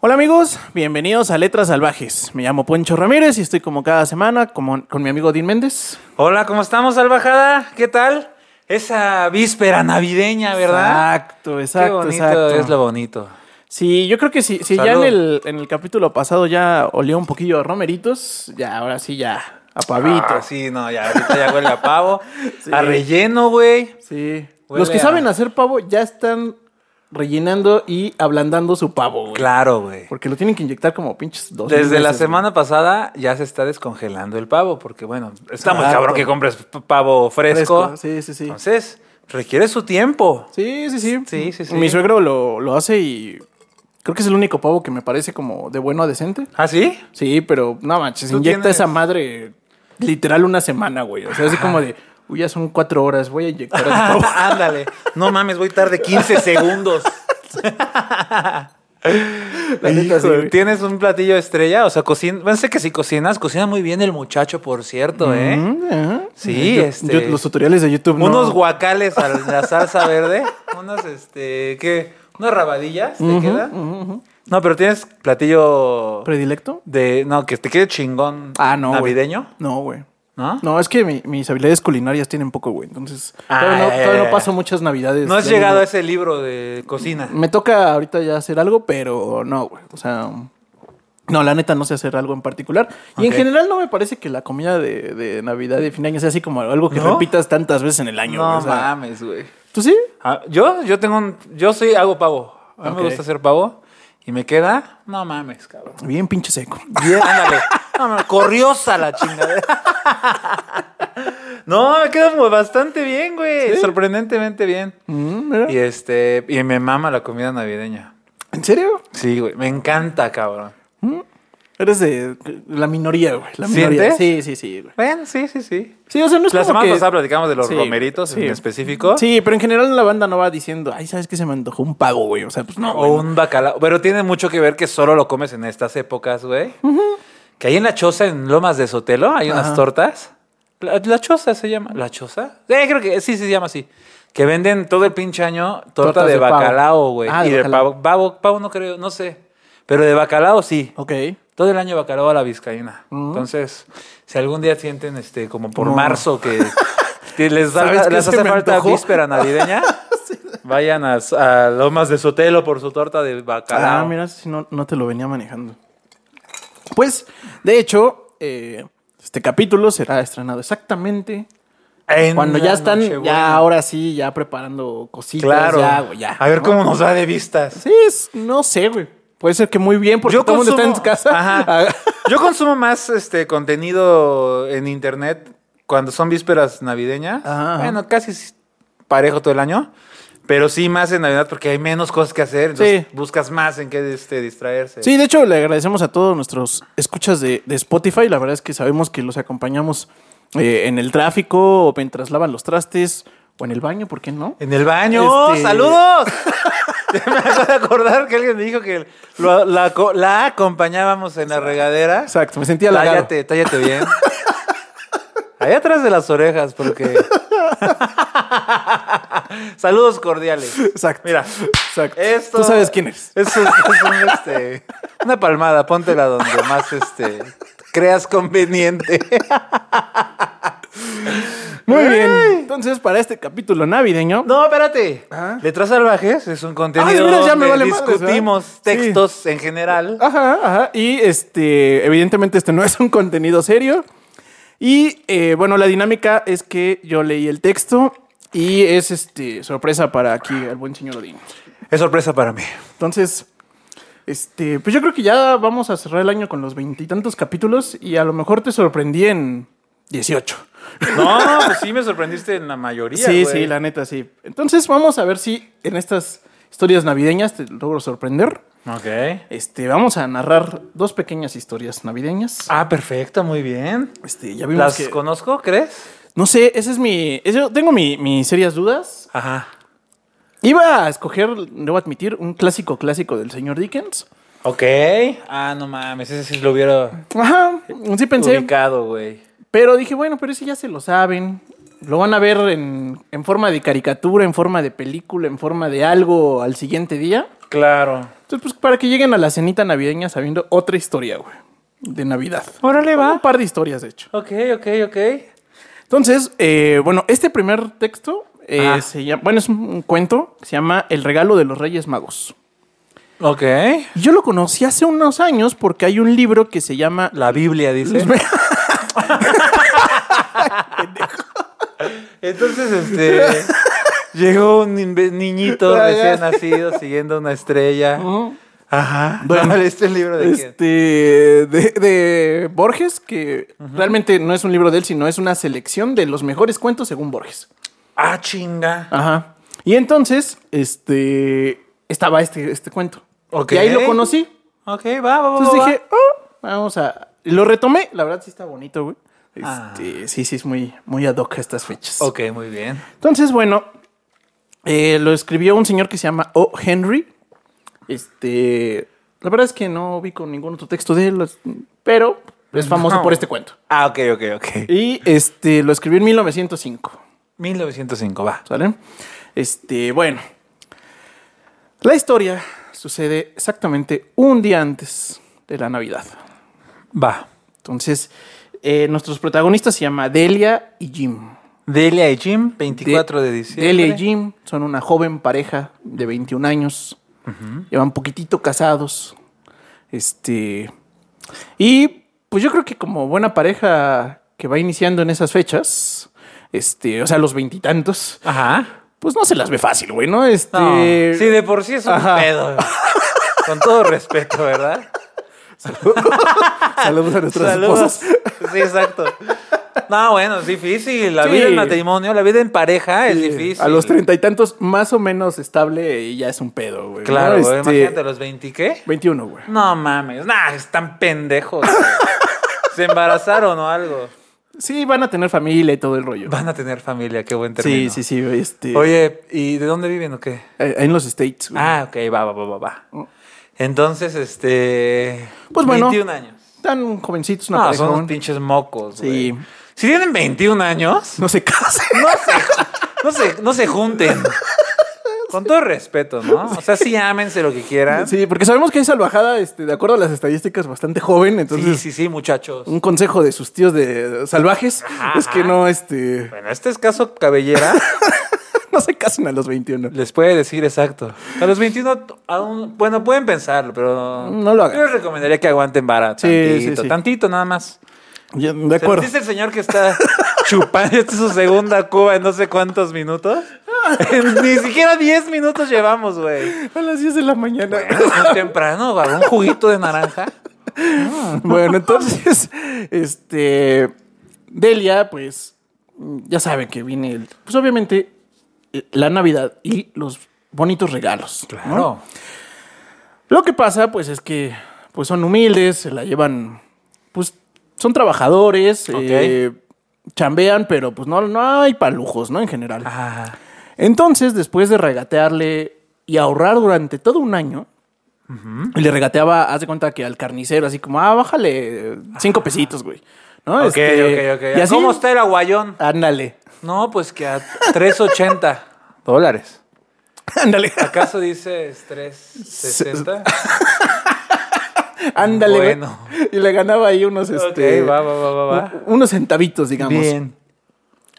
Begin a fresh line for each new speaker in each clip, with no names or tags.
Hola amigos, bienvenidos a Letras Salvajes. Me llamo Poncho Ramírez y estoy como cada semana como- con mi amigo Dean Méndez.
Hola, ¿cómo estamos, Salvajada? ¿Qué tal? Esa víspera navideña, ¿verdad?
Exacto, exacto,
Qué bonito
exacto.
es lo bonito.
Sí, yo creo que si, si ya en
Salud.
el, en el capítulo pasado ya olió un poquillo a romeritos, ya ahora sí ya a pavito.
Ah,
sí.
sí, no, ya ahorita ya huele a pavo,
Sí.
a relleno, güey. Ah. Huele
Los que
a-
saben hacer pavo ya están rellenando y ablandando su pavo, güey.
Claro, güey.
Porque lo tienen que inyectar como pinches dos.
Desde
mil
la
veces,
semana pasada ya se está descongelando el pavo, porque bueno, está muy
Exacto.
cabrón que compres p- pavo
güey.
fresco.
Sí, sí, sí.
Entonces, requiere su tiempo.
Sí, sí, sí.
Sí, sí, sí.
Mi suegro lo, lo hace y creo que es el único pavo que me parece como de bueno a decente.
¿Ah, sí?
Sí, pero no manches,
¿Tú
inyecta
tienes-
esa madre literal una semana, güey. O sea, así como de, uy, ya son cuatro horas, voy a inyectar el pavo.
Ándale. No mames, voy tarde 15 segundos.
La neta, sí,
Híjole,
güey.
¿Tienes un platillo estrella? O sea, cocina. Pensé que si cocinas, cocina muy bien el muchacho, por cierto, ¿eh?
Mm, ajá.
Sí,
Yo-
este-
yo- los tutoriales de YouTube no-
Unos guacales a la salsa verde. Unos, este, ¿qué? Unas rabadillas, ¿te
Ujú,
queda?
ujú, ujú.
No, pero tienes platillo
¿Predilecto?
de. No, que te quede chingón.
Ah, no, güey.
Navideño,
No, güey.
¿no?
No, es que mi- mis habilidades culinarias tienen poco, güey. Entonces,
Ah,
todavía, no,
ya, ya,
todavía no
ya.
paso muchas navidades.
No has
de año
llegado
nuevo.
a ese libro de cocina.
Me toca ahorita ya hacer algo, pero no, güey. O sea, no, la neta no sé hacer algo en particular. Y en
Ok.
general no me parece que la comida de, de Navidad y de fin de año sea así como algo que
¿No?
repitas tantas veces en el año. güey.
No
O sea,
mames, güey.
¿Tú sí?
Ah, yo, yo tengo un. Yo soy, hago pavo. A mí
Ok.
me gusta hacer pavo. Y me queda. No mames, cabrón.
Bien pinche seco.
Bien, ándale. No, no, corriosa la chingadera. No, me queda mu- bastante bien, güey.
¿Sí?
Sorprendentemente bien.
Mm, mira.
Y este, y me mama la comida navideña.
¿En serio?
Sí, güey. Me encanta, cabrón.
Eres de la minoría, güey. La minoría.
¿Sientes?
Sí, sí, sí, güey.
Bueno, sí, sí, sí.
Sí, o sea, no es
La
como
semana
que-
pasada platicamos de los
Sí,
romeritos
sí.
en específico.
Sí, pero en general la banda no va diciendo, ay, ¿sabes qué? Se me antojó un pago, güey. O sea, pues no,
O
güey.
un bacalao. Pero tiene mucho que ver que solo lo comes en estas épocas, güey. Que ahí en la choza, en Lomas de Sotelo, hay
Ajá.
unas tortas. La, la choza se llama. ¿La choza? Eh, creo que sí, sí se llama así. Que venden todo el pinche año torta
Tortas
de
de pavo.
bacalao, güey.
Ah, de
y de
bacalao.
pavo. Pavo, pavo no creo, no sé. Pero de bacalao sí.
Ok.
Todo el año bacalao a la vizcaína. Entonces, si algún día sienten este como por marzo que que les, da-
¿Sabes qué
les
se
hace
me
falta
antojó?
víspera navideña, vayan a, a Lomas de Sotelo por su torta de
Ah,
bacalao.
mira, si no, no te lo venía manejando. Pues, de hecho, eh, este capítulo será estrenado exactamente
En
cuando ya
la
están,
Nochebuena.
ya ahora sí, ya preparando cositas.
Claro.
Ya, güey, ya.
a ver
¿no?
cómo nos va de vistas.
Sí, es- no sé, güey. Puede ser que muy bien, porque todo el mundo está en su casa. Ah.
Ajá. Yo consumo más este contenido en internet cuando son vísperas navideñas.
Ajá, ajá.
Bueno, casi s- parejo todo el año. Pero sí más en Navidad porque hay menos cosas que hacer. Entonces
Sí.
buscas más en qué este, distraerse.
Sí, de hecho, le agradecemos a todos nuestros escuchas de, de Spotify. La verdad es que sabemos que los acompañamos eh, en el tráfico, o mientras lavan los trastes, o en el baño, ¿por qué no?
En el baño. ¡Oh,
Este-
¡Saludos! Ya me acabo de acordar que alguien me dijo que lo- la, co- la acompañábamos en la regadera.
Exacto, me sentía halagado.
Tállate, tállate bien. Allá atrás de las orejas, porque. Saludos cordiales.
Exacto.
Mira,
Exacto.
esto.
Tú sabes quién eres.
Es, un- es un, este, una palmada, póntela donde más este, creas conveniente.
Muy bien. Entonces, para este capítulo navideño,
No, espérate.
Ah.
Letras salvajes es un contenido
veras, ya me
donde
vale madres,
discutimos
¿verdad?
textos en general.
ajá, ajá, y este, evidentemente este no es un contenido serio. Y eh, bueno, la dinámica es que yo leí el texto y es este sorpresa para aquí el buen señor Odín.
Es sorpresa para mí.
Entonces, este, pues yo creo que ya vamos a cerrar el año con los veintitantos capítulos y a lo mejor te sorprendí en 18.
No, pues sí me sorprendiste en la mayoría.
Sí,
güey.
sí, la neta, sí. Entonces vamos a ver si en estas historias navideñas te logro sorprender.
Ok.
Este, vamos a narrar dos pequeñas historias navideñas.
Ah, perfecto, muy bien.
Este, ya vimos
¿Las
que...
conozco, crees?
No sé, ese es mi... ese- yo tengo mi- mis serias dudas.
Ajá.
Iba a escoger, debo admitir, un clásico clásico del señor Dickens.
Ok. Ah, no mames, ese sí lo hubiera
Ajá, sí pensé.
ubicado, güey.
Pero dije, bueno, pero ese ya se lo saben. Lo van a ver en, en forma de caricatura, en forma de película, en forma de algo al siguiente día.
Claro.
Entonces, pues para que lleguen a la cenita navideña sabiendo otra historia, güey. De Navidad.
Órale, va.
Un par de historias, de hecho.
Ok, ok, ok.
Entonces, eh, bueno, este primer texto eh,
Ah.
se llama, bueno, es un cuento que se llama El regalo de los Reyes Magos.
Ok.
Y Yo lo conocí hace unos años porque hay un libro que se llama
La Biblia dice. Entonces, este. llegó un inve- niñito
Ya, ya.
recién nacido siguiendo una estrella. Ajá.
Bueno.
¿Este libro de quién?
este, de, de Borges, que realmente no es un libro de él, sino es una selección de los mejores cuentos según Borges.
Ah, chinga.
Ajá. Y entonces, este, estaba este, este cuento.
Ok.
Y ahí lo conocí.
Ok, va, va, va.
Entonces
va.
dije, "Oh, vamos a... y Lo retomé. La verdad sí está bonito, güey.
Ah.
Este, Sí, sí, es muy, muy ad hoc a estas fechas.
Ok, muy bien.
Entonces, bueno, eh, lo escribió un señor que se llama O. Henry. Este, la verdad es que no ubico ningún otro texto de él, pero es famoso
No.
por este cuento.
Ah, ok, ok, ok.
Y este, lo escribió en 1905,
1905, va.
¿sale? Este, bueno. La historia sucede exactamente un día antes de la Navidad.
Va.
Entonces, eh, nuestros protagonistas se llama Delia y Jim.
Delia y Jim, 24 de, diciembre.
Delia y Jim son una joven pareja de 21 años. Llevan poquitito casados. Este. Y pues yo creo que como buena pareja que va iniciando en esas fechas, este, o sea, los veintitantos,
Ajá.
pues no se las ve fácil, güey, ¿no? Este.
No, Sí, de por sí es un
Ajá.
pedo. Con todo respeto, ¿verdad?
Saludos a nuestras
Saludos.
esposas.
Sí, exacto. No, bueno, es difícil. La
Sí.
vida en matrimonio, la vida en pareja es difícil.
Eh, A los treinta y tantos, más o menos estable, y ya es un pedo, güey. ¿no?
Claro, güey,
Este,
imagínate, a los 20 qué.
21, güey.
No mames, nah, están pendejos. güey. Se embarazaron o algo.
Sí, van a tener familia y todo el rollo.
Van a tener familia, qué buen término.
Sí, sí, sí, güey, este.
Oye, ¿y de dónde viven o qué?
Eh, En los States, güey.
Ah, ok, va, va, va, va, va. Entonces, este.
Mm. Pues bueno.
21 años.
Tan jovencitos, una
No,
pareja
son unos
joven.
pinches mocos,
Sí.
Sí. Si tienen 21 años,
No se casen.
no se, no se, no se junten. Con todo respeto, ¿no? O sea, sí ámense lo que quieran. Sí,
Sí, porque sabemos que hay salvajada, este, de acuerdo a las estadísticas, bastante joven.
sí,
Entonces,
sí, muchachos.
un consejo de sus tíos de salvajes
Ajá.
es que no, este,
Bueno, este escaso cabellera
no se casen a los 21.
les puede decir exacto. A los 21, aún, bueno, pueden pensarlo, pero.
No lo hagan.
Yo les recomendaría que aguanten vara.
Sí, sí,
Tantito,
sí.
tantito nada más.
Ya, De
¿Se nos
acuerdo.
dice el señor que está chupando esta es su segunda cuba en no sé cuántos minutos? Ni siquiera 10 minutos llevamos, güey.
A las 10 de la mañana.
Es muy temprano, güey. Un juguito de naranja.
Bueno, entonces, este, Delia, pues, ya sabe que viene, el- pues obviamente, eh, la Navidad y los bonitos regalos. ¿no?
No.
Lo que pasa, pues, es que pues son humildes, se la llevan, pues, son trabajadores, eh, chambean, pero pues no, no hay palujos, ¿no? En general.
Ajá.
Entonces, después de regatearle y ahorrar durante todo un año, y le regateaba, haz de cuenta que al carnicero, así como, ah, bájale eh, cinco pesitos, güey. ¿No?
Ok,
Este,
ok, ok.
Y así,
¿Cómo está el aguayón?
Ándale,
No, pues que a 3.80 dólares.
ándale,
¿Acaso dices 3.60?
ándale, güey.
Bueno.
Y le ganaba ahí unos, este,
Ok, va, va, va, va, va.
unos centavitos, digamos.
Bien.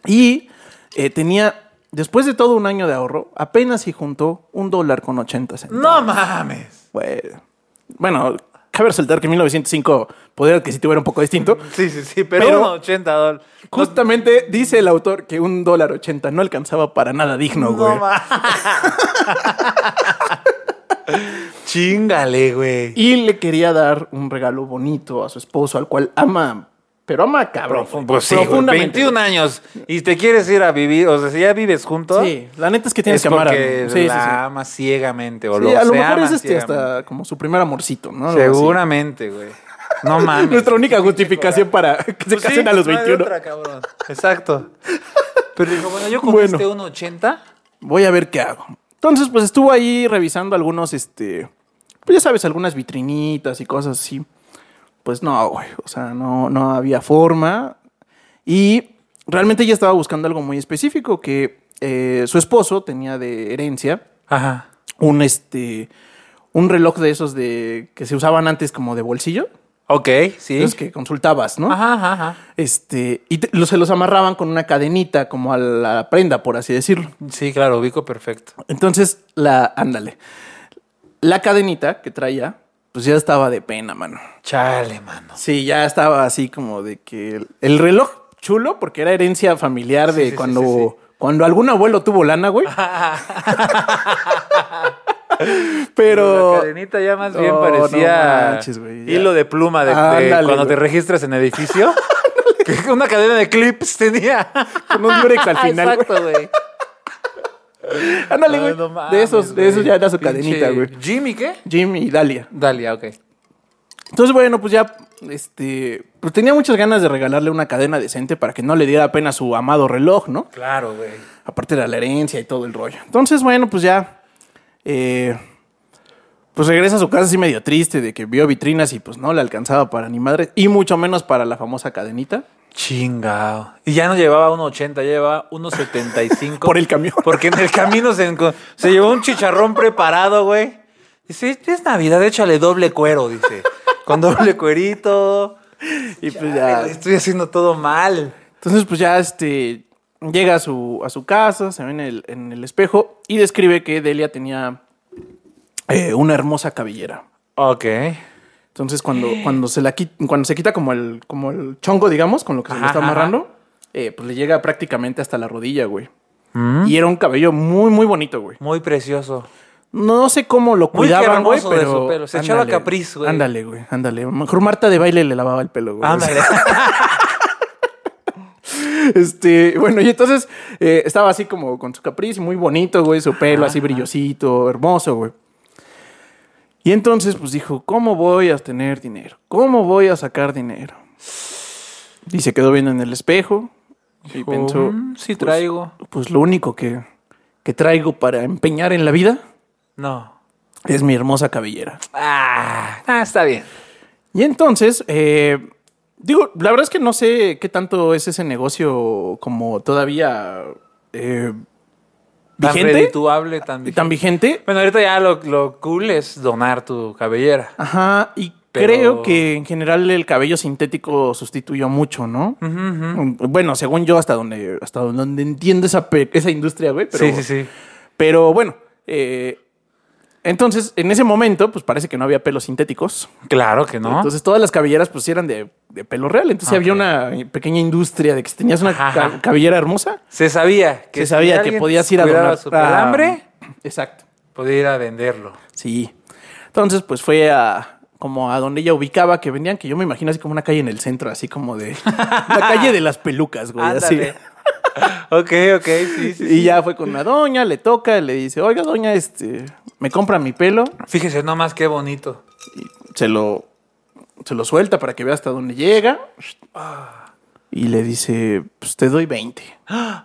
Y eh, tenía, después de todo un año de ahorro, apenas si juntó un dólar con 80 centavos.
No mames.
Bueno, Pues, Bueno, cabe resaltar que en 1905 poder adquisitivo era un poco distinto.
Sí, sí, sí, pero,
Pero-
unos 80 dólares.
Justamente dice el autor que un dólar 80 no alcanzaba para nada digno, güey.
No Chingale, güey.
y le quería dar un regalo bonito a su esposo, al cual ama, pero ama cabrón. güey.
Pues sí, güey,
Profundamente,
21 años y te quieres ir a vivir, o sea, si ya vives juntos,
güey. Sí, la neta es que tienes
es
que amar a
porque
alguien. Sí, sí,
la
sí.
amas ciegamente o
Sí,
lo
a lo
se
mejor
ama
es este
ciegamente.
hasta como su primer amorcito, ¿no? Algo así.
Seguramente, güey. No mames.
Nuestra única justificación para que se
Pues sí,
casen a los
no hay de
21.
otra, cabrón. Exacto. Pero dijo, bueno, yo con este
Bueno.
1.80.
Voy a ver qué hago. Entonces, pues estuvo ahí revisando algunos, este, pues ya sabes, algunas vitrinitas y cosas así. Pues no, güey, o sea, no, no había forma. Y realmente ella estaba buscando algo muy específico que eh, su esposo tenía de herencia
Ajá.
un, este, un reloj de esos de que se usaban antes como de bolsillo,
Ok, sí.
los que consultabas, ¿no?
Ajá, ajá, ajá.
Este, y te- los- se los amarraban con una cadenita como a la prenda, por así decirlo.
Sí, claro, ubico perfecto.
Entonces, la, ándale. La cadenita que traía, pues ya estaba de pena, mano.
Chale, mano.
Sí, ya estaba así como de que el, el reloj chulo, porque era herencia familiar de
Sí, sí, sí,
cuando,
sí, sí.
cuando algún abuelo tuvo lana, güey.
La
Pero Oh,
cadenita ya más bien
No,
parecía
no manches, güey, ya.
hilo de pluma de, de
Ándale,
cuando te
güey.
registras en edificio. Que Una cadena de clips tenía.
con un Durex al final. güey.
Exacto, güey.
Ándale, güey.
Ay, no mames,
de esos, de
güey.
esos ya era su
Pinche
cadenita, güey.
Jimmy, ¿qué?
Jim y Dalia.
Dalia, ah, ok.
Entonces, bueno, pues ya, este, pues tenía muchas ganas de regalarle una cadena decente para que no le diera pena su amado reloj, ¿no?
Claro, güey.
Aparte de la herencia y todo el rollo. Entonces, bueno, pues ya, eh, pues regresa a su casa así medio triste de que vio vitrinas y pues no le alcanzaba para ni madre y mucho menos para la famosa cadenita.
Chingao. Y ya no llevaba 1.80, ya llevaba 1.75.
Por el camión.
Porque en el camino se, enco- se llevó un chicharrón preparado, güey. Dice, es Navidad, échale doble cuero, dice. Con doble cuerito.
Y pues
Ay,
ya,
güey, Estoy haciendo todo mal.
entonces pues ya, este, llega a su, a su casa, se ve en el, en el espejo y describe que Delia tenía eh, una hermosa cabellera.
Ok.
Entonces, cuando, cuando se la quita, cuando se quita como el, como el chongo, digamos, con lo que se le
Ajá,
está
ajá,
amarrando, eh, pues le llega prácticamente hasta la rodilla, güey.
Mm.
Y era un cabello muy, muy bonito, güey.
Muy precioso.
No sé cómo lo
Muy
cuidaban, güey,
cremoso de
pero.
su pelo. Se echaba capriz, güey.
Ándale, güey. Ándale. A lo Mejor Marta de baile le lavaba el pelo, güey.
Ándale.
Este, bueno, y entonces eh, estaba así como con su capriz, muy bonito, güey, su pelo así brillosito, hermoso, güey. Y entonces, pues dijo, ¿cómo voy a tener dinero? ¿Cómo voy a sacar dinero? Y se quedó viendo en el espejo y pensó,
Mm, sí
pues,
traigo.
Pues lo único que, que traigo para empeñar en la vida
No.
es mi hermosa cabellera.
Ah, ah, está bien.
Y entonces, eh, digo, la verdad es que no sé qué tanto es ese negocio como todavía eh,
Tan
vigente.
redituable, tan vigente.
Tan vigente.
Bueno, ahorita ya lo, lo cool es donar tu cabellera.
Ajá, y
Pero-
creo que en general el cabello sintético sustituyó mucho, ¿no? Bueno, según yo, hasta donde, hasta donde entiendo esa, pe- esa industria, güey. Pero,
sí, sí, sí.
Pero bueno, eh, entonces, en ese momento, pues parece que no había pelos sintéticos.
Claro que no.
Entonces todas las cabelleras pues eran de, de pelo real. Entonces
Ah, Ok.
había una pequeña industria de que si tenías una
Ajá,
ca-
ajá.
cabellera hermosa,
se sabía que
se sabía que
alguien
podías ir a
cuidaba
donar
su
a-
pelambre,
Exacto.
podía ir a venderlo.
Sí. Entonces pues fue a como a donde ella ubicaba que vendían, que yo me imagino así como una calle en el centro, así como de la calle de las pelucas, güey. así.
Ándale. ok, ok, sí, sí.
Y ya fue con una doña, le toca, le dice, oiga doña, este, me compra mi pelo,
Fíjese nomás qué bonito.
y se lo, se lo suelta para que vea hasta dónde llega. Y le dice, pues te doy 20.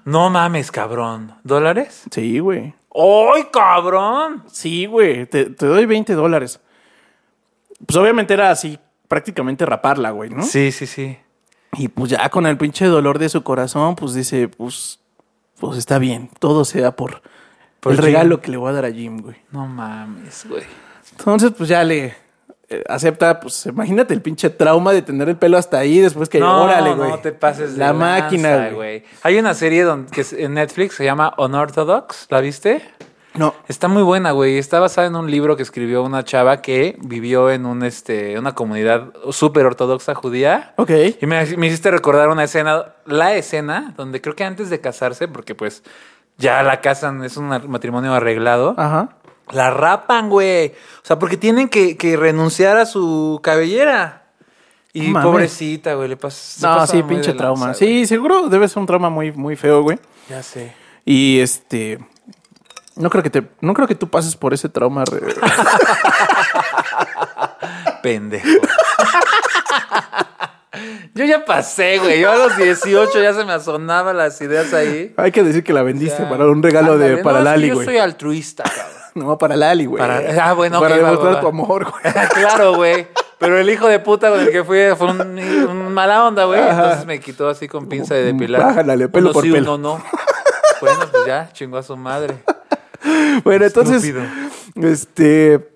No mames, cabrón. ¿Dólares?
Sí, güey.
¡Ay, cabrón!
Sí, güey, te, te doy 20 dólares. Pues obviamente era así, prácticamente raparla, güey, ¿no?
Sí, sí, sí.
Y pues ya con el pinche dolor de su corazón, pues dice, pues, pues está bien, todo sea por,
Por
el
Jim.
regalo que le voy a dar a Jim, güey.
No mames, güey.
Entonces, pues ya le eh, acepta, pues imagínate el pinche trauma de tener el pelo hasta ahí después que,
No,
órale, güey.
no te pases de
La
lanza,
máquina, güey.
Hay una serie don- que es- en Netflix se llama Unorthodox. ¿La viste?
No,
Está muy buena, güey. Está basada en un libro que escribió una chava que vivió en un, este, una comunidad súper ortodoxa judía.
ok.
Y me, me hiciste recordar una escena, la escena donde creo que antes de casarse, porque pues ya la casan, es un ar- matrimonio arreglado,
Ajá.
la rapan, güey. O sea, porque tienen que, que renunciar a su cabellera. Y
No mames.
pobrecita, güey, le pasa. se
No,
pasa
sí,
muy
pinche
de
trauma.
lanza, güey.
Sí, seguro debe ser un trauma muy, muy feo, güey.
Ya sé.
Y este. No creo que te. No creo que tú pases por ese trauma. re-
Pendejo. Yo ya pasé, güey. Yo a los 18 ya se me asonaban las ideas ahí.
Hay que decir que la vendiste
Ya.
para un regalo
Ándale,
de para
no, es que
Lali,
Yo
güey.
soy altruista, cabrón.
No, para Lali, güey.
Para- ah, bueno,
Para
ok, va,
demostrar
va, va.
tu amor, güey.
claro, güey. Pero el hijo de puta con el que fui fue un, un mala onda, güey.
Ajá.
Entonces me quitó así con pinza de depilar.
Ándale, pelo
Uno
por
sí,
pelo.
uno no. Bueno, pues ya, chingó a su madre.
Bueno, entonces.
Estúpido.
Este.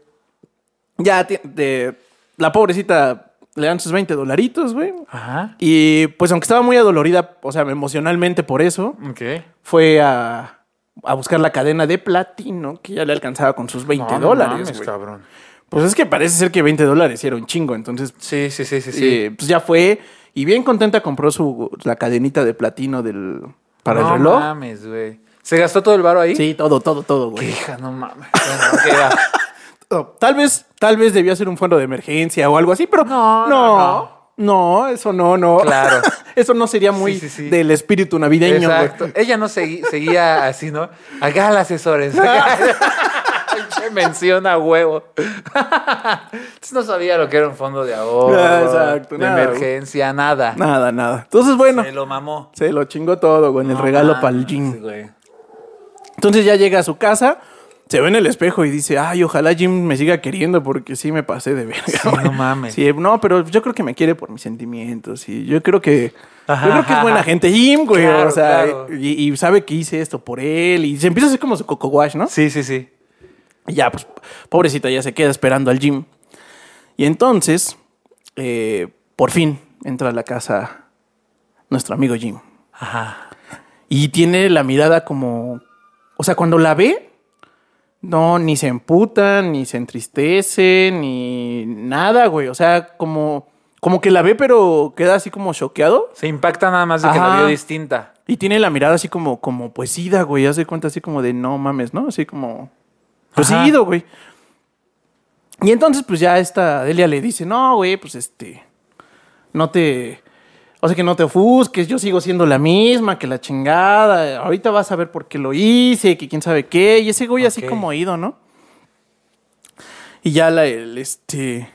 Ya ti- de- la pobrecita le dan sus 20 dolaritos, güey.
Ajá.
Y pues aunque estaba muy adolorida, o sea, emocionalmente por eso,
Ok.
fue a, a buscar la cadena de platino que ya le alcanzaba con sus 20
No, no
dólares.
mames,
güey.
cabrón.
pues es que parece ser que 20 dólares era un chingo, entonces
Sí, sí, sí, sí, sí.
eh, pues ya fue y bien contenta compró su la cadenita de platino del para
No
el reloj.
mames, güey. ¿Se gastó todo el varo ahí?
Sí, todo, todo, todo, güey.
Hija, no mames. Bueno, ok, va.
Oh, Tal vez, tal vez debió ser un fondo de emergencia o algo así, pero
No,
no,
no,
no, eso no, no.
Claro.
eso no sería muy
Sí, sí, sí.
del espíritu navideño. güey.
Exacto. Ella no segui- seguía así, ¿no? Acá las asesores. Pinche mención a huevo. Entonces no sabía lo que era un fondo de ahorro.
Ah, exacto,
De
nada,
emergencia, nada.
Nada, nada. Entonces, bueno,
Se lo mamó.
se lo chingó todo con el
No
regalo
mames,
para el Jim.
güey.
Entonces ya llega a su casa, se ve en el espejo y dice, ay, ojalá Jim me siga queriendo porque sí me pasé de verga.
Sí,
güey".
no mames.
Sí, eh, no, pero yo creo que me quiere por mis sentimientos y yo creo que...
Ajá,
yo creo que
ajá,
es buena
ajá.
gente Jim, güey.
Claro,
o sea,
claro.
y, y sabe que hice esto por él. Y se empieza a hacer como su coco wash, ¿no?
Sí, sí, sí.
Y ya, pues, pobrecita, ya se queda esperando al gym. Y entonces, eh, por fin, entra a la casa nuestro amigo Jim.
Ajá.
Y tiene la mirada como... O sea, cuando la ve, no, ni se emputa, ni se entristece, ni nada, güey. O sea, como, como que la ve, pero queda así como choqueado.
Se impacta nada más de que la
Ajá.
vio distinta.
Y tiene la mirada así como, como pues ida, güey. Hace cuenta así como de no mames, ¿no? Así como. Pues
Ajá.
ido, güey. Y entonces, pues ya esta Delia le dice, no, güey, pues este. No te. O sea que no te ofusques, yo sigo siendo la misma, que la chingada. Ahorita vas a ver por qué lo hice, que quién sabe qué. Y ese güey así
Ok.
como ido, ¿no? Y ya la, el, este.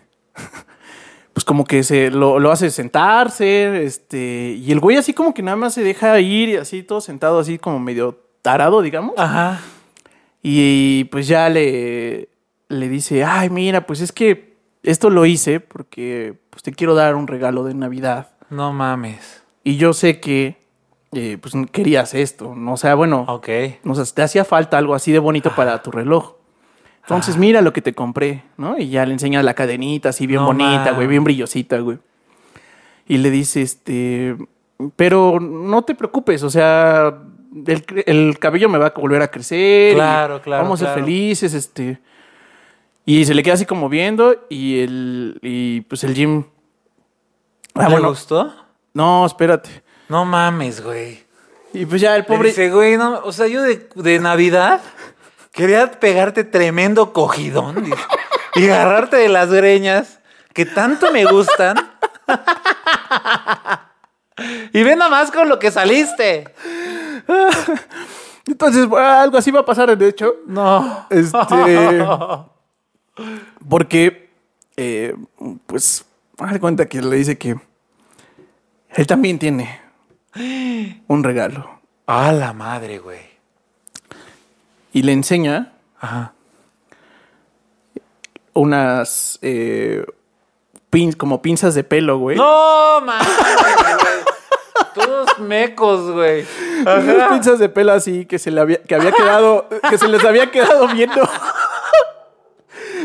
Pues como que se lo, lo hace sentarse, este. Y el güey así como que nada más se deja ir y así todo sentado, así como medio tarado, digamos.
Ajá.
Y pues ya le, le dice, ay, mira, pues es que esto lo hice porque pues, te quiero dar un regalo de Navidad.
No mames.
Y yo sé que eh, pues querías esto, ¿no? O sea, bueno,
Ok.
o sea, te hacía falta algo así de bonito
Ah.
para tu reloj. Entonces, mira lo que te compré, ¿no? Y ya le enseñas la cadenita así bien
No
bonita,
mames.
güey, bien brillosita, güey. Y le dice, este, pero no te preocupes, o sea, el, cre- el cabello me va a volver a crecer. y
Claro, claro,
Vamos a ser
claro.
felices, este. Y se le queda así como viendo y el, y pues el Jim. Ah,
¿Le
bueno,
gustó?
no, espérate.
No mames, güey.
Y pues ya el
Pobre.
pobre...
Dice, güey, no, o sea, yo de, de Navidad quería pegarte tremendo cogidón dice, y agarrarte de las greñas que tanto me gustan. y ve nada más con lo que saliste.
Entonces, ah, algo así va a pasar, de hecho.
No.
Este. Porque, eh, pues, haz de cuenta que le dice que él también tiene un regalo
A la madre, güey.
y le enseña
Ajá.
unas eh, pin- como pinzas de pelo, güey.
No mames, güey. Todos mecos, güey.
Unas pinzas de pelo así que se le había, que había quedado, que se les había quedado viendo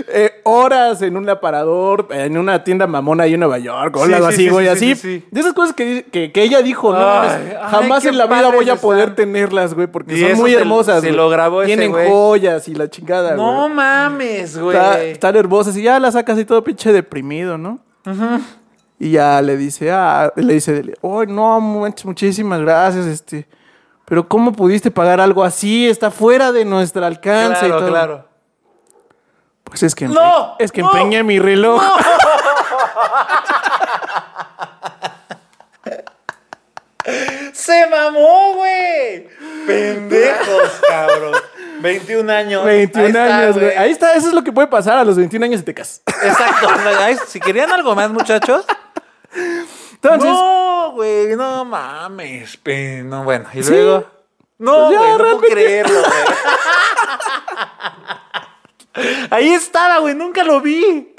eh, horas en un aparador, en una tienda mamona ahí en Nueva York, o
Sí,
algo
sí,
así,
sí,
güey,
sí,
así.
sí, sí.
De esas cosas que, di- que, que ella dijo, no,
Ay,
mames,
ay,
jamás
qué
en la vida
padres
voy a poder
están.
tenerlas, güey, porque
Y
son
eso
muy
se-
hermosas.
se
güey.
lo grabó ese
Tienen
güey.
joyas y la chingada, güey.
No mames, güey.
Está- están hermosas y ya la sacas y todo pinche deprimido, ¿no? Y ya le dice, ah, le dice, ay, no, much- muchísimas gracias, este. Pero ¿cómo pudiste pagar algo así? Está fuera de nuestro alcance y
Claro,
todo.
claro.
Pues es que, empe-
¡No!
es que
¡No!
empeñé mi reloj.
¡Se mamó, güey! ¡Pendejos, cabrón! 21 años.
21
Ahí está,
años, güey. Ahí está, eso es lo que puede pasar a los 21 años y te casas.
Exacto. Ahí- Si querían algo más, muchachos.
Entonces,
no, güey, no mames. pe- No, bueno, y
Sí.
luego. No,
Pues ya,
güey, no puedo
realmente-
creerlo, güey. Ahí estaba, güey, nunca lo vi.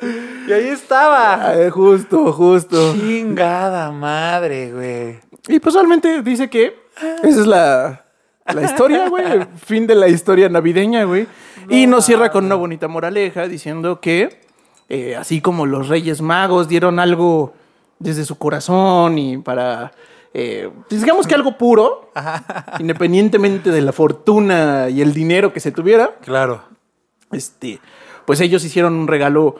Y ahí estaba.
ay, justo, justo.
Chingada madre, güey.
Y pues realmente dice que esa es la, la historia, güey. el Fin de la historia navideña, güey. y nos cierra con una bonita moraleja diciendo que eh, así como los Reyes Magos dieron algo desde su corazón y para, eh, digamos que algo puro, independientemente de la fortuna y el dinero que se tuviera,
Claro.
este, pues ellos hicieron un regalo,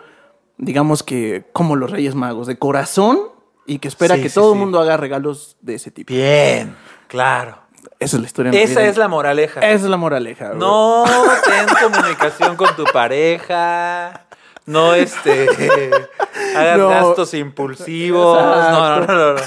digamos que como los Reyes Magos, de corazón y que espera
Sí,
que
sí,
todo el
sí.
mundo haga regalos de ese tipo.
Bien. Claro.
Esa es la historia.
Esa
navideña.
es la moraleja.
Esa es la moraleja. bro.
No ten comunicación con tu pareja. No este hagas
No.
gastos impulsivos. No, no,
Exacto.
no, no, no.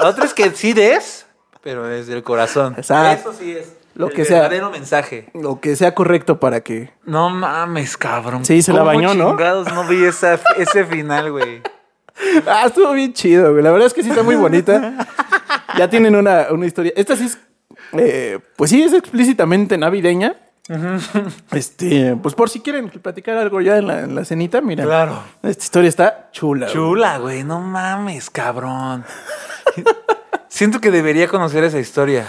La otra es que sí des, pero desde el corazón.
Exacto.
Eso sí es.
Lo
el
que sea.
verdadero mensaje.
Lo que sea correcto para que.
No mames, cabrón.
Sí, se la
¿Cómo
bañó, ¿no?
chingados no vi esa- ese final, güey.
Ah, estuvo bien chido, güey. La verdad es que sí está muy bonita. ya tienen una, una historia. Esta sí es. eh, pues sí, es explícitamente navideña. Este, pues por si quieren platicar algo ya en la, en la cenita, mira.
Claro.
Esta historia está chula. güey.
Chula, güey. No mames, cabrón. Siento que debería conocer esa historia.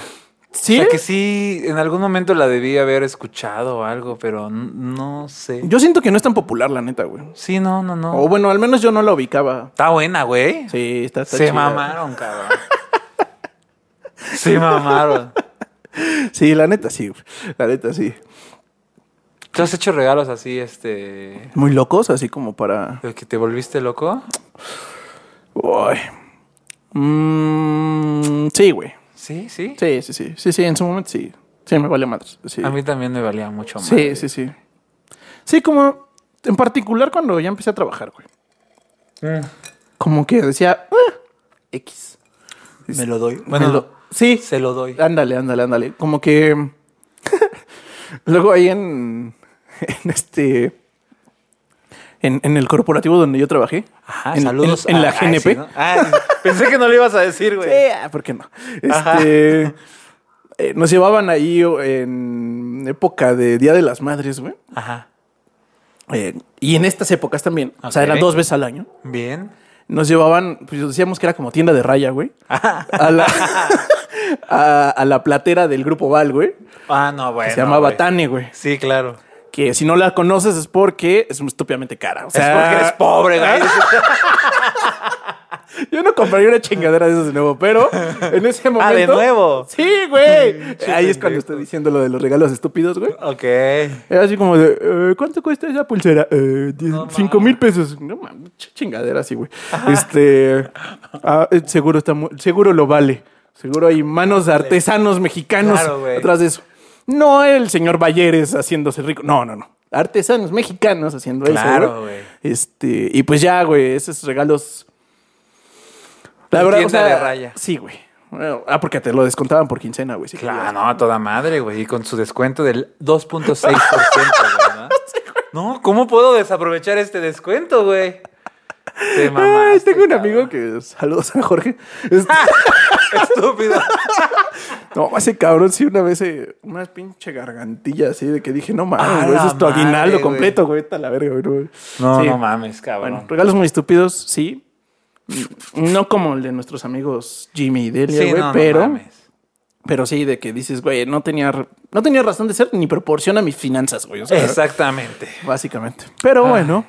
¿Sí?
O sea que sí, en algún momento la debí haber escuchado o algo, pero n- no sé.
Yo siento que no es tan popular, la neta, güey.
Sí, no, no, no.
O bueno, al menos yo no la ubicaba.
Está buena, güey.
Sí, está, está
Se
chida.
mamaron, cabrón. Se mamaron.
Sí, la neta sí, güey. La neta sí.
¿Tú has hecho regalos así, este,
Muy locos, así como para.
de que te volviste loco?
Uy. Mm, sí, güey.
Sí, sí.
Sí, sí, sí. Sí, sí, en su momento sí. Sí, me vale madres. Sí.
A mí también me valía mucho más.
sí, sí, sí. Sí, como en particular cuando ya empecé a trabajar, güey. Mm. Como que decía, "Ah, X.
Me lo doy.
Bueno,
Bueno,
sí.
se lo doy.
Ándale, ándale, ándale. Como que. Luego ahí en. En este. En, en el corporativo donde yo trabajé.
Ajá,
en,
saludos.
En, en la
a- ay,
GNP.
sí, ¿no? Ah, pensé que no le ibas a decir, güey.
Sí, ah, ¿por qué no? Este, eh, nos llevaban ahí o, en época de Día de las Madres, güey.
Ajá.
Eh, y en estas épocas también. O sea,
Ok.
era dos veces al año.
Bien.
Nos llevaban, pues decíamos que era como tienda de raya, güey. A la, a, a la platera del grupo Val, güey. que
Ah, no, bueno.
se llamaba
güey.
Tane, güey.
Sí, claro.
Que si no la conoces es porque es estúpidamente cara. O sea,
es porque eres pobre, güey.
Yo no compraría una chingadera de esas de nuevo, pero en ese momento.
Ah, ¿de nuevo?
Sí, güey.
Pinche
Ahí es cuando
pendejo.
estoy diciendo lo de los regalos estúpidos, güey.
ok.
Era así como de, eh, ¿cuánto cuesta esa pulsera? Eh, diez-
No
cinco mil pesos. No mames, ch- chingadera así, güey. Este, ah, eh, seguro está mu- seguro lo vale. Seguro hay manos de artesanos mexicanos
Claro, güey.
atrás de eso. No el señor Valleres haciéndose rico. No, no, no. Artesanos mexicanos haciendo eso.
Claro,
güey.
güey.
Este, y pues ya, güey, esos regalos. La
De
verdad,
tienda de raya.
Sí, güey. Bueno, ah, porque te lo descontaban por quincena, güey. sí,
Claro, no, a toda madre, güey. Y con su descuento del 2.6%, güey. ¿no? no, ¿cómo puedo desaprovechar este descuento, güey? Te
Ay,
mamaste,
Eh, tengo un
cabrón.
amigo que saludos a Jorge. Este,
Estúpido.
no, ese cabrón sí una vez eh, una pinche gargantilla así de que dije, no
A
mames, güey,
la
eso es tu
madre,
aguinaldo
güey.
completo, güey, está la verga, güey.
No,
Sí.
no mames, cabrón.
Bueno, regalos muy estúpidos, sí. No como el de nuestros amigos Jimmy y Delia,
sí,
güey,
no, no
pero
mames.
pero sí de que dices, güey, no tenía r- no tenía razón de ser ni proporciona mis finanzas, güey, o sea,
Exactamente.
básicamente. Pero
Ah,
bueno,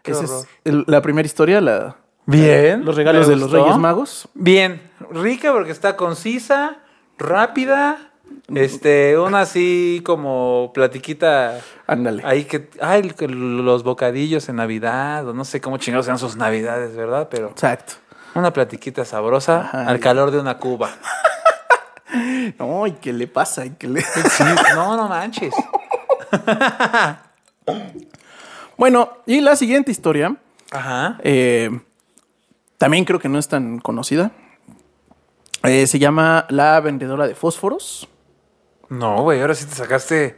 qué
esa es
horror.
el- la primera historia, la
Bien.
los regalos
me
de los
gustó.
Reyes Magos.
Bien, rica porque está concisa, rápida. Este, una así como platiquita
Ándale.
ahí que. Ay, el- que los bocadillos en Navidad, o no sé cómo chingados sean sus Navidades, ¿verdad? Pero
Exacto.
una platiquita sabrosa
Ajá,
al
y-
calor de una cuba.
No, ¿y qué le pasa? ¿Y qué le
No, no manches.
Bueno, y la siguiente historia,
Ajá.
eh, también creo que no es tan conocida. Eh, se llama La Vendedora de Fósforos.
No, güey, ahora sí te sacaste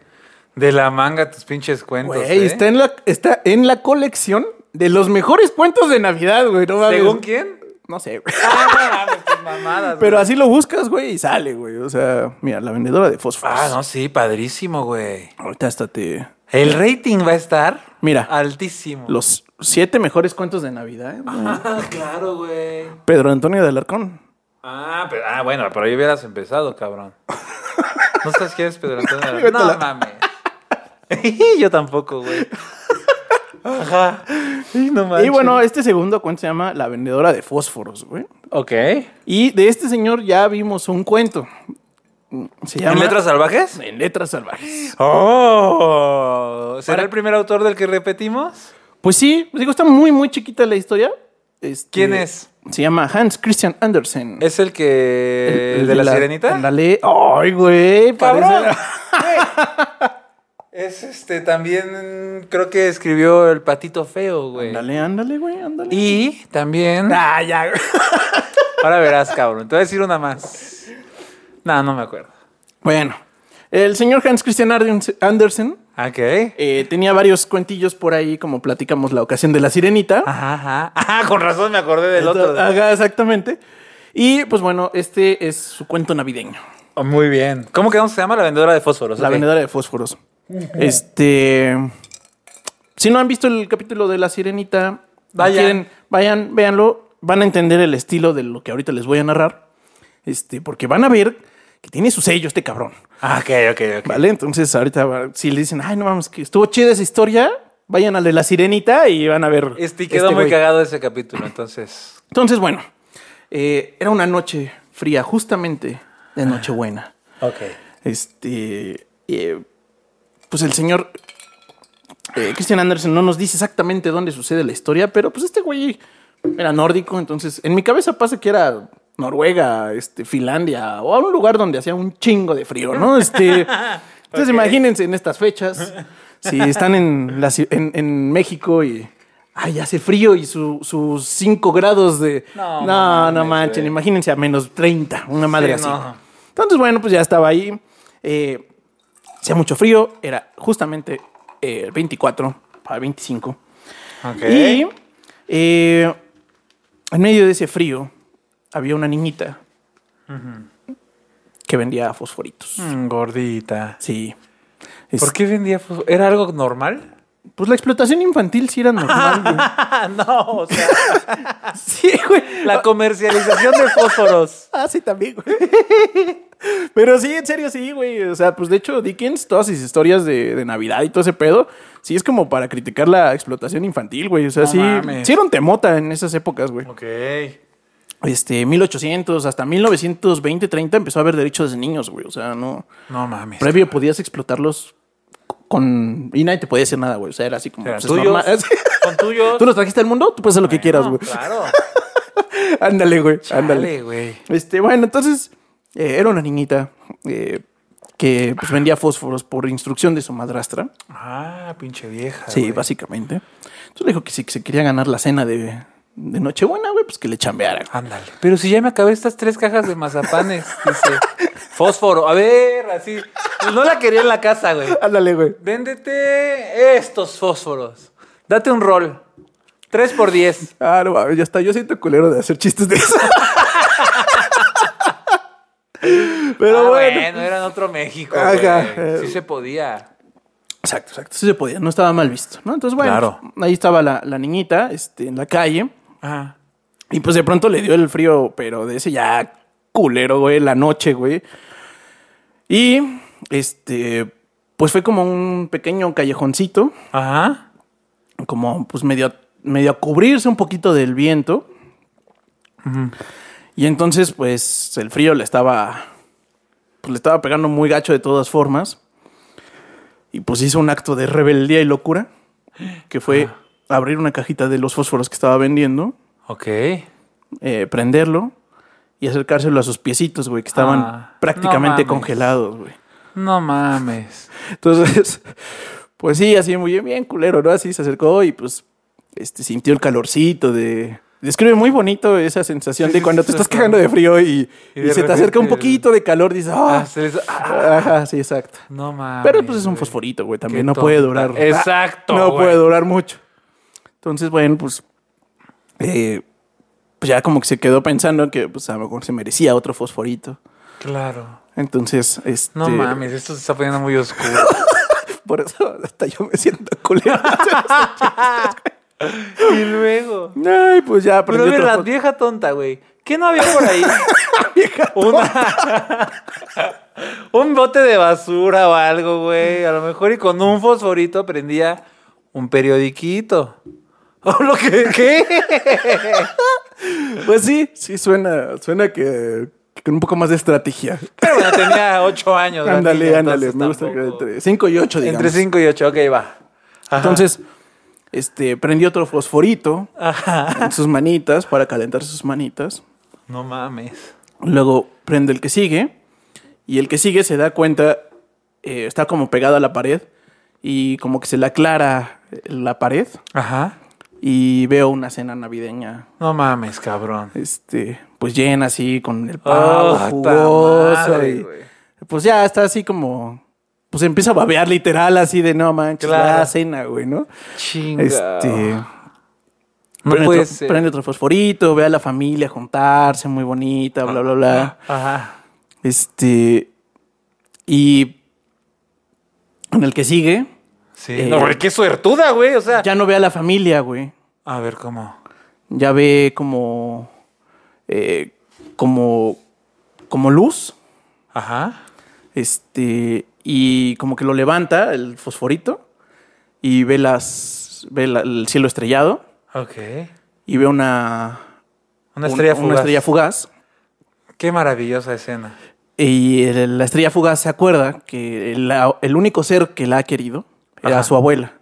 de la manga tus pinches cuentos.
Güey,
¿eh?
está, en la, está en la colección de los mejores cuentos de Navidad, güey. No mames.
¿Según quién?
No sé, güey.
Ah, no mames, tus mamadas.
Pero
güey.
así lo buscas, güey, y sale, güey. O sea, mira, La Vendedora de Fósforos.
Ah, no, sí, padrísimo, güey.
Ahorita hasta te...
El rating va a estar
Mira.
altísimo.
Los siete mejores cuentos de Navidad. güey.
Ah, claro, güey.
Pedro Antonio de Alarcón.
Ah, pero, ah, bueno, pero ahí hubieras empezado, cabrón. ¿No sabes quién es Pedro Antonio? de la- No mames. Yo tampoco, güey. Ajá. Y no manches.
Y bueno, este segundo cuento se llama La vendedora de fósforos, güey.
Ok. ¿En
Y de este señor ya vimos un cuento. Se llama
letras salvajes?
En letras salvajes.
Oh. ¿Será
Para-
el primer autor del que repetimos?
Pues sí, pues digo, está muy, muy chiquita la historia. Este,
¿Quién es?
Se llama Hans Christian Andersen.
¿Es el que. ¿El, de, la, sirenita?
Ándale. Ay, güey.
¡Cabrón!
parece-
Güey. es este, también creo que escribió El Patito Feo, güey.
Ándale, ándale, güey, ándale.
Y también.
Ah, ya, güey.
Ahora verás, cabrón. Te voy a decir una más. No, no me acuerdo.
Bueno, el señor Hans Christian Arden- Andersen
Ok.
eh, tenía varios cuentillos por ahí, como platicamos la ocasión de la sirenita.
Ajá, ajá. Ajá, con razón me acordé del otro.
Ajá, exactamente. Y pues bueno, este es su cuento navideño.
Oh, Muy bien. ¿Cómo que se llama? La vendedora de fósforos.
La
ok.
vendedora de fósforos. Este. Si no han visto el capítulo de La Sirenita,
Vayan.
vayan, vayan, véanlo. Van a entender el estilo de lo que ahorita les voy a narrar. Este, porque van a ver que tiene su sello este cabrón.
Ah, ok, ok, ok.
Vale, entonces ahorita va- si le dicen, ay, no mames, que estuvo chida esa historia, vayan al de La Sirenita y van a ver.
Este quedó muy
güey.
cagado ese capítulo, entonces.
Entonces, bueno, eh, era una noche fría, justamente de Nochebuena.
Ok.
Este. eh, pues el señor. eh, Christian Andersen no nos dice exactamente dónde sucede la historia, pero pues este güey era nórdico, entonces en mi cabeza pasa que era Noruega, este, Finlandia o a un lugar donde hacía un chingo de frío, ¿no? Este, entonces imagínense en estas fechas, si están en, la ci- en, en México y ay, hace frío y su- sus 5 grados de...
No,
No, no,
mames,
manchen,
güey.
imagínense a menos 30, una madre
Sí,
así.
no.
Entonces, bueno, pues ya estaba ahí. Eh, hacía mucho frío, era justamente eh, el 24 para 25.
Ok.
Y eh, en medio de ese frío había una niñita que vendía fosforitos.
Mm, gordita.
Sí.
¿Por
Es-
qué vendía fósforos? ¿Era algo normal?
Pues la explotación infantil sí era normal. güey.
Ah, no, o sea,
sí, güey.
la comercialización de fósforos.
Ah, sí, también, güey. Pero sí, en serio, sí, güey. O sea, pues de hecho, Dickens, todas sus historias de, de Navidad y todo ese pedo, sí es como para criticar la explotación infantil, güey. O sea,
No
sí,
mames.
sí era un temota en esas épocas, güey.
Ok.
Este, 1800 hasta 1920, 30 empezó a haber derechos de niños, güey. O sea, no.
No mames.
Previo podías explotarlos con. Y nadie te podía decir nada, güey. O sea, era así como.
Eran
pues, es
tuyos,
normal.
son tuyos.
Tú los trajiste al mundo, tú puedes hacer lo que quieras, güey.
Claro.
Ándale, güey. Ándale.
Ándale, güey.
Este, bueno, entonces eh, era una niñita eh, que pues, vendía fósforos por instrucción de su madrastra.
Ah, pinche vieja.
sí,
güey.
básicamente. Entonces le dijo que si se quería ganar la cena de, de Nochebuena, güey, pues que le chambeara. güey.
Ándale. Pero si ya me acabé estas tres cajas de mazapanes, dice. Fósforo. A ver, así. Pues no la quería en la casa, güey.
Ándale, güey.
Véndete estos fósforos. Date un rol. Tres por diez.
Ah, no, mames, ya está. Yo siento culero de hacer chistes de eso. Pero
Ah,
bueno.
era en otro México.
Ajá.
güey. Sí se podía.
Exacto, exacto. Sí se podía. No estaba mal visto, ¿no? Entonces, bueno,
Claro.
ahí estaba la, la niñita este, en la calle.
Ajá.
Y pues de pronto le dio el frío, pero de ese ya culero, güey, la noche, güey. Y este, pues fue como un pequeño callejoncito,
Ajá.
como pues medio, medio a cubrirse un poquito del viento. Y entonces, pues el frío le estaba, pues le estaba pegando muy gacho de todas formas. Y pues hizo un acto de rebeldía y locura, que fue abrir una cajita de los fósforos que estaba vendiendo
Ok.
eh, prenderlo y acercárselo a sus piecitos, güey, que estaban
Ah,
prácticamente
no mames.
congelados, güey.
No mames.
Entonces, pues sí, así muy bien, bien culero, ¿no? Así se acercó y pues este, sintió el calorcito de... Describe muy bonito esa sensación
Sí,
de
sí,
cuando
sí,
te
sí,
estás
sí.
cagando de frío y,
Y
y
de
se te acerca un
repente-
poquito de calor, dices,
Ah,
¡ah!
se les- ah,
Ajá, sí, exacto.
no mames.
Pero pues es un
güey.
fosforito, güey, también
Qué
no puede
tonta.
durar.
Exacto,
No
güey.
puede durar mucho. Entonces, bueno, pues. eh, pues ya como que se quedó pensando que pues a lo mejor se merecía otro fosforito.
Claro.
Entonces, este.
No mames, esto se está poniendo muy oscuro.
Por eso hasta yo me siento culero.
y luego.
Ay, pues ya
Pero
aprendí
a ver,
otro
la
fos-
vieja tonta, güey. ¿Qué no había por ahí? Una- un bote de basura o algo, güey. A lo mejor y con un fosforito prendía un periodiquito. ¿O lo que qué?
Pues sí, sí suena, suena que, que con un poco más de estrategia.
Pero bueno, tenía ocho años. la
Ándale,
niña,
ándale,
entonces
me gusta que
tampoco-
entre 5 y 8, digamos.
Entre 5 y 8, ok, va. Ajá.
Entonces, este, prendió otro fosforito
Ajá.
en sus manitas para calentar sus manitas.
No mames.
Luego prende el que sigue. Y el que sigue se da cuenta, eh, está como pegado a la pared. Y como que se le aclara eh, la pared.
Ajá.
Y veo una cena navideña,
No mames, cabrón.
este, pues llena así, con el pavo
Ah, ta
jugoso.
madre,
y-
güey.
pues ya está así como. Pues empieza a babear literal, así de no manches,
Claro.
la cena, güey, ¿no?
Chinga.
Este.
No
prende,
puede
otro,
ser.
prende otro fosforito, ve a la familia juntarse, muy bonita,
Ah.
bla, bla, bla.
Ajá.
Este. Y. En el que sigue,
Sí.
Eh,
no, güey, qué suertuda, güey. O sea.
ya no ve a la familia, güey.
A ver cómo.
Ya ve como. eh, como. Como luz.
Ajá.
Este. Y como que lo levanta el fosforito. Y ve las. Ve la- el cielo estrellado.
Ok.
Y ve una.
Una estrella
un-
fugaz.
Una estrella fugaz.
Qué maravillosa escena.
Y el- la estrella fugaz se acuerda que la- el único ser que la ha querido era
Ajá.
su abuela.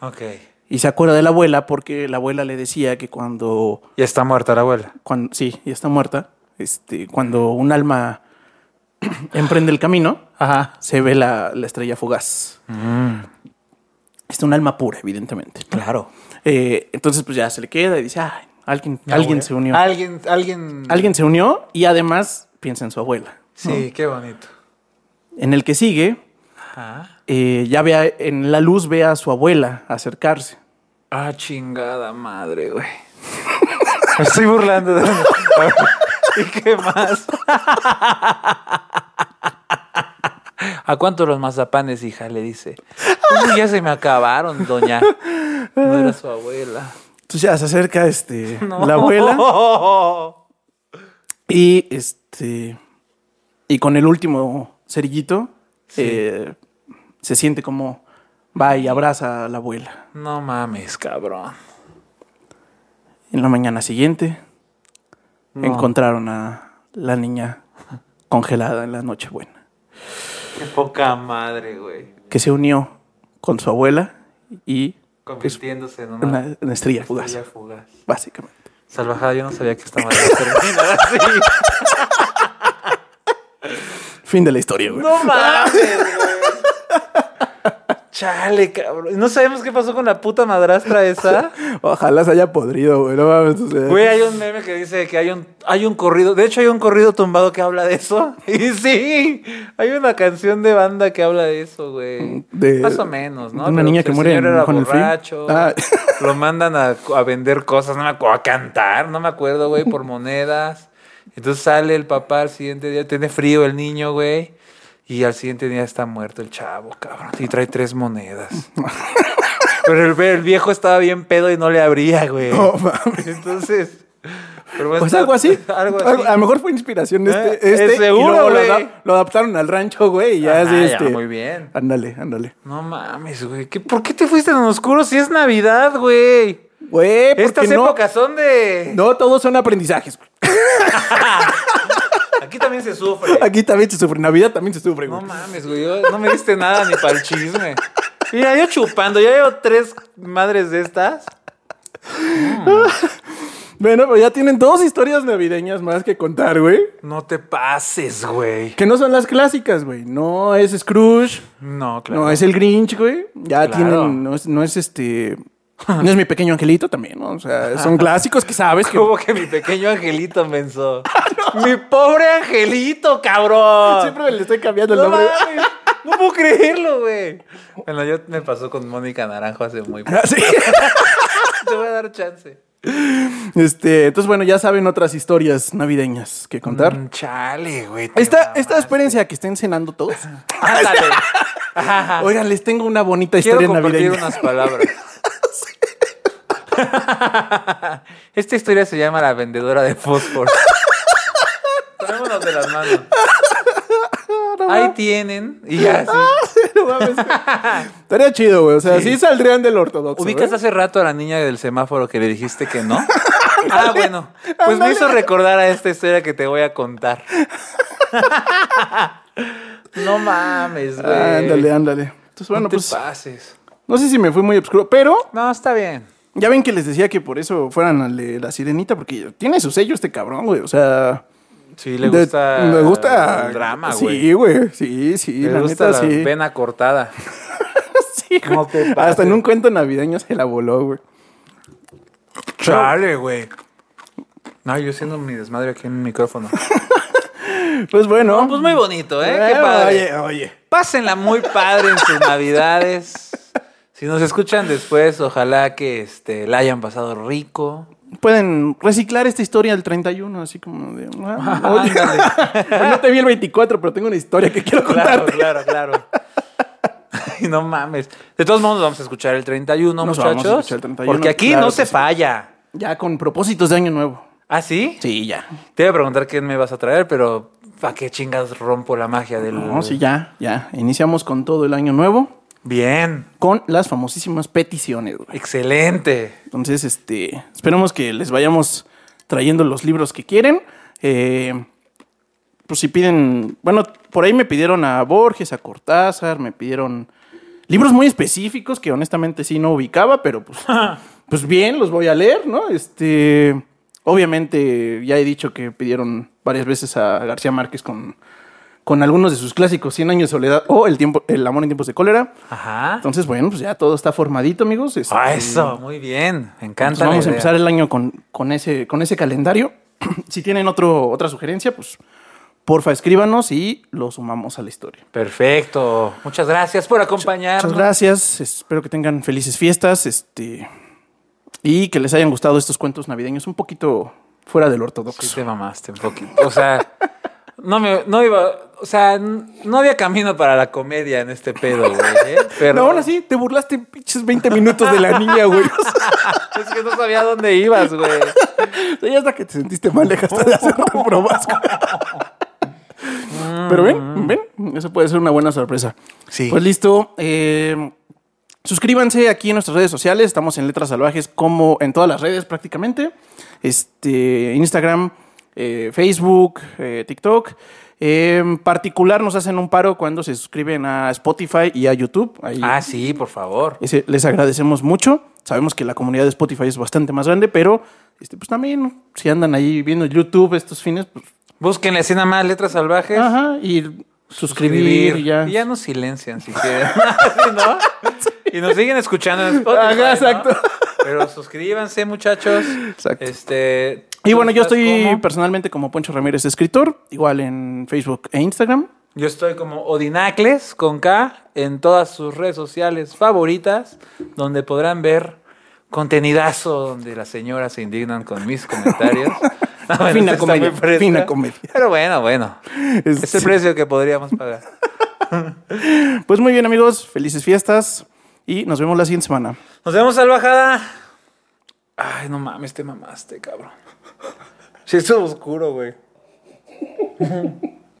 Ok.
Y se acuerda de la abuela porque la abuela le decía que cuando.
Ya está muerta la abuela.
cuando sí, ya está muerta. Este, cuando un alma emprende el camino,
Ajá. Mm.
se ve la, la estrella fugaz. Es un alma pura, evidentemente.
Claro.
Eh, entonces, pues ya se le queda y dice: "Ay, alguien,
Mi
alguien
abuela.
se unió.
Alguien, alguien.
alguien se unió y además piensa en su abuela.
Sí, qué bonito.
En el que sigue,
Ajá.
eh, ya vea en la luz ve a su abuela acercarse.
Ah, chingada madre, güey. Me estoy burlando. de- A ver, ¿Y qué más? ¿A cuánto los mazapanes, hija? Le dice. "Uy, ya se me acabaron, doña. No era su abuela.
Entonces ya se acerca este,
No.
la abuela y este y con el último cerillito eh, se siente como va y abraza a la abuela.
No mames, cabrón.
En la mañana siguiente
No.
encontraron a la niña congelada en la Nochebuena,
Qué poca madre, güey.
que se unió con su abuela y
Convirtiéndose en Ah. una,
una, una estrella fugaz,
estrella fugaz.
básicamente.
Salvajada, yo no sabía que esta madre terminaba así.
Fin de la historia, güey.
No mames, güey. Chale, cabrón. No sabemos qué pasó con la puta madrastra esa.
Ojalá se haya podrido, güey. No mames, o sea.
Güey, hay un meme que dice que hay un, hay un corrido. De hecho, hay un corrido tumbado que habla de eso. Y sí, hay una canción de banda que habla de eso, güey.
De-
Más o menos, ¿no? pues
de una niña que
el
muere
señor
en-
era
con el frío.
borracho,
Ah.
Lo mandan a, a vender cosas, no me acu- a cantar, no me acuerdo, güey, por monedas. Entonces sale el papá al siguiente día, tiene frío el niño, güey. Y al siguiente día está muerto el chavo, cabrón. Y trae tres monedas. Pero el, el viejo estaba bien pedo y no le abría, güey.
No mames.
Entonces. Pero bueno,
Pues
está-
algo así.
Algo así.
Algo- A lo mejor fue inspiración de
Eh,
este. este
es seguro,
y luego lo,
güey.
adap- lo adaptaron al rancho, güey. Y ya
Ajá,
así,
ya,
este.
muy bien.
Ándale, ándale.
No mames, güey. ¿Qué- ¿Por qué te fuiste tan oscuro si es Navidad, güey?
Güey, porque
Estas
no,
épocas son de.
no todos son aprendizajes. güey.
Aquí también se sufre.
Aquí también se sufre. Navidad también se sufre,
No
güey.
mames, güey. yo- No me diste nada ni para el chisme. Mira, yo chupando. Ya llevo tres madres de estas.
bueno, pero ya tienen dos historias navideñas más que contar, güey.
No te pases, güey.
Que no son las clásicas, güey. No es Scrooge.
No, claro.
No es el Grinch, güey. Ya
Claro.
tienen. No es, no es este. No es mi pequeño angelito también, ¿no? O sea, son clásicos que sabes que. Ah,
Como que mi pequeño angelito pensó. Mi pobre angelito, cabrón.
Siempre le estoy cambiando el
No
nombre.
mames, no puedo creerlo, güey. Bueno, yo me pasó con Mónica Naranjo hace muy poco.
Ah, sí.
Te voy a dar chance.
Este, entonces, bueno, ya saben otras historias navideñas que contar.
Mm, Chale, güey. te
Esta,
mamaste.
esta experiencia que estén cenando todos.
Ándale. Ajá, ajá.
Oigan, les tengo una bonita
Quiero
historia
compartir
navideña.
unas palabras. Esta historia se llama La vendedora de fósforo. Tomémonos de las manos.
Ah, no
Ahí tienen. Y ya así.
No mames. Estaría chido, güey. O sea, sí, saldrían del ortodoxo. ¿eh?
¿Ubicas
güey.
hace rato a la niña del semáforo que le dijiste que no? ah, bueno. Pues me
Ándale.
hizo recordar a esta historia que te voy a contar. no mames, güey.
Ándale, ándale. Entonces,
No
bueno,
te
pues.
pases.
No sé si me fui muy obscuro, pero
No, está bien.
ya ven que les decía que por eso fueran a le- la sirenita, porque tiene su sello este cabrón, güey. O sea.
Sí, le
de-
gusta.
Me gusta.
El drama,
Sí,
güey.
güey. Sí, sí.
le
la
gusta
neta,
la
sí.
vena cortada.
Sí, güey.
No te pases.
Hasta en un cuento navideño se la voló, güey.
Chale, güey. No, yo haciendo mi desmadre aquí en el micrófono.
Pues bueno.
No, pues muy bonito, ¿eh? Qué
Eh,
padre.
Oye, oye.
Pásenla muy padre en sus navidades. Si nos escuchan después, ojalá que este, la hayan pasado rico.
Pueden reciclar esta historia del 31, así como de. ah, oye.
Ándale.
Pues no te vi el 24, pero tengo una historia que quiero
Claro,
contarte.
claro, claro. Ay, no mames. De todos modos, vamos a escuchar el 31,
Nos vamos a
muchachos.
escuchar el 31,
porque aquí
claro
no
que
se
sí.
falla.
Ya con propósitos de año nuevo.
¿Ah, sí?
Sí, ya.
Te iba a preguntar qué me vas a traer, pero ¿para qué chingas rompo la magia del.
No, sí, ya, ya. Iniciamos con todo el año nuevo,
Bien.
con las famosísimas peticiones, güey.
Excelente.
Entonces, este, esperemos que les vayamos trayendo los libros que quieren. Eh, pues si piden, bueno, por ahí me pidieron a Borges, a Cortázar, me pidieron libros muy específicos que honestamente sí no ubicaba, pero pues, pues bien, los voy a leer, ¿no? Este, obviamente ya he dicho que pidieron varias veces a García Márquez con, con algunos de sus clásicos, Cien años de soledad o El tiempo, El amor en tiempos de cólera.
Ajá.
Entonces, bueno, pues ya todo está formadito, amigos. Este,
Ah, eso. Muy bien. Me
entonces
encanta. la
vamos a
idea.
empezar el año con, con ese, con ese calendario. si tienen otro, otra sugerencia, pues porfa escríbanos y lo sumamos a la historia.
Perfecto. Muchas gracias por acompañarnos.
Muchas gracias, espero que tengan felices fiestas este, y que les hayan gustado estos cuentos navideños un poquito fuera del ortodoxo.
Sí te mamaste un poquito. O sea, no me no iba, o sea, n- no había camino para la comedia en este pedo, güey. ¿eh? Pero
Pero aún así, te burlaste pinches 20 minutos de la niña, güey. O sea,
es que no sabía dónde ibas, güey.
ya hasta que te sentiste mal, dejaste de hacer bromas. Pero ven, ven, eso puede ser una buena sorpresa.
Sí.
Pues listo. eh, suscríbanse aquí en nuestras redes sociales. Estamos en Letras Salvajes como en todas las redes prácticamente. Este, Instagram, eh, Facebook, eh, TikTok. Eh, En particular nos hacen un paro cuando se suscriben a Spotify y a YouTube. Ahí
Ah, sí, por favor.
ese- les agradecemos mucho. Sabemos que la comunidad de Spotify es bastante más grande, pero este, pues también si andan ahí viendo YouTube estos fines, pues,
Busquen la escena más letras salvajes.
ajá, y suscribir, y ya.
Y ya nos silencian si quieren. Sí, ¿No? Y nos siguen escuchando en Spotify.
Ajá,
¿no?
exacto.
Pero suscríbanse, muchachos.
Exacto.
Este.
Y bueno, yo
¿estás
estoy
como?
personalmente como Poncho Ramírez Escritor, igual en Facebook e Instagram.
Yo estoy como Odinacles con K en todas sus redes sociales favoritas, donde podrán ver contenidazo donde las señoras se indignan con mis comentarios. Ah, bueno,
Fina
esta está
comedia,
muy fresca.
fina comedia.
Pero bueno, bueno. Es el
Este,
precio que podríamos pagar.
Pues muy bien amigos, felices fiestas y nos vemos la siguiente semana.
Nos vemos al bajada. Ay, no mames, te mamaste, cabrón. Sí, es oscuro, güey.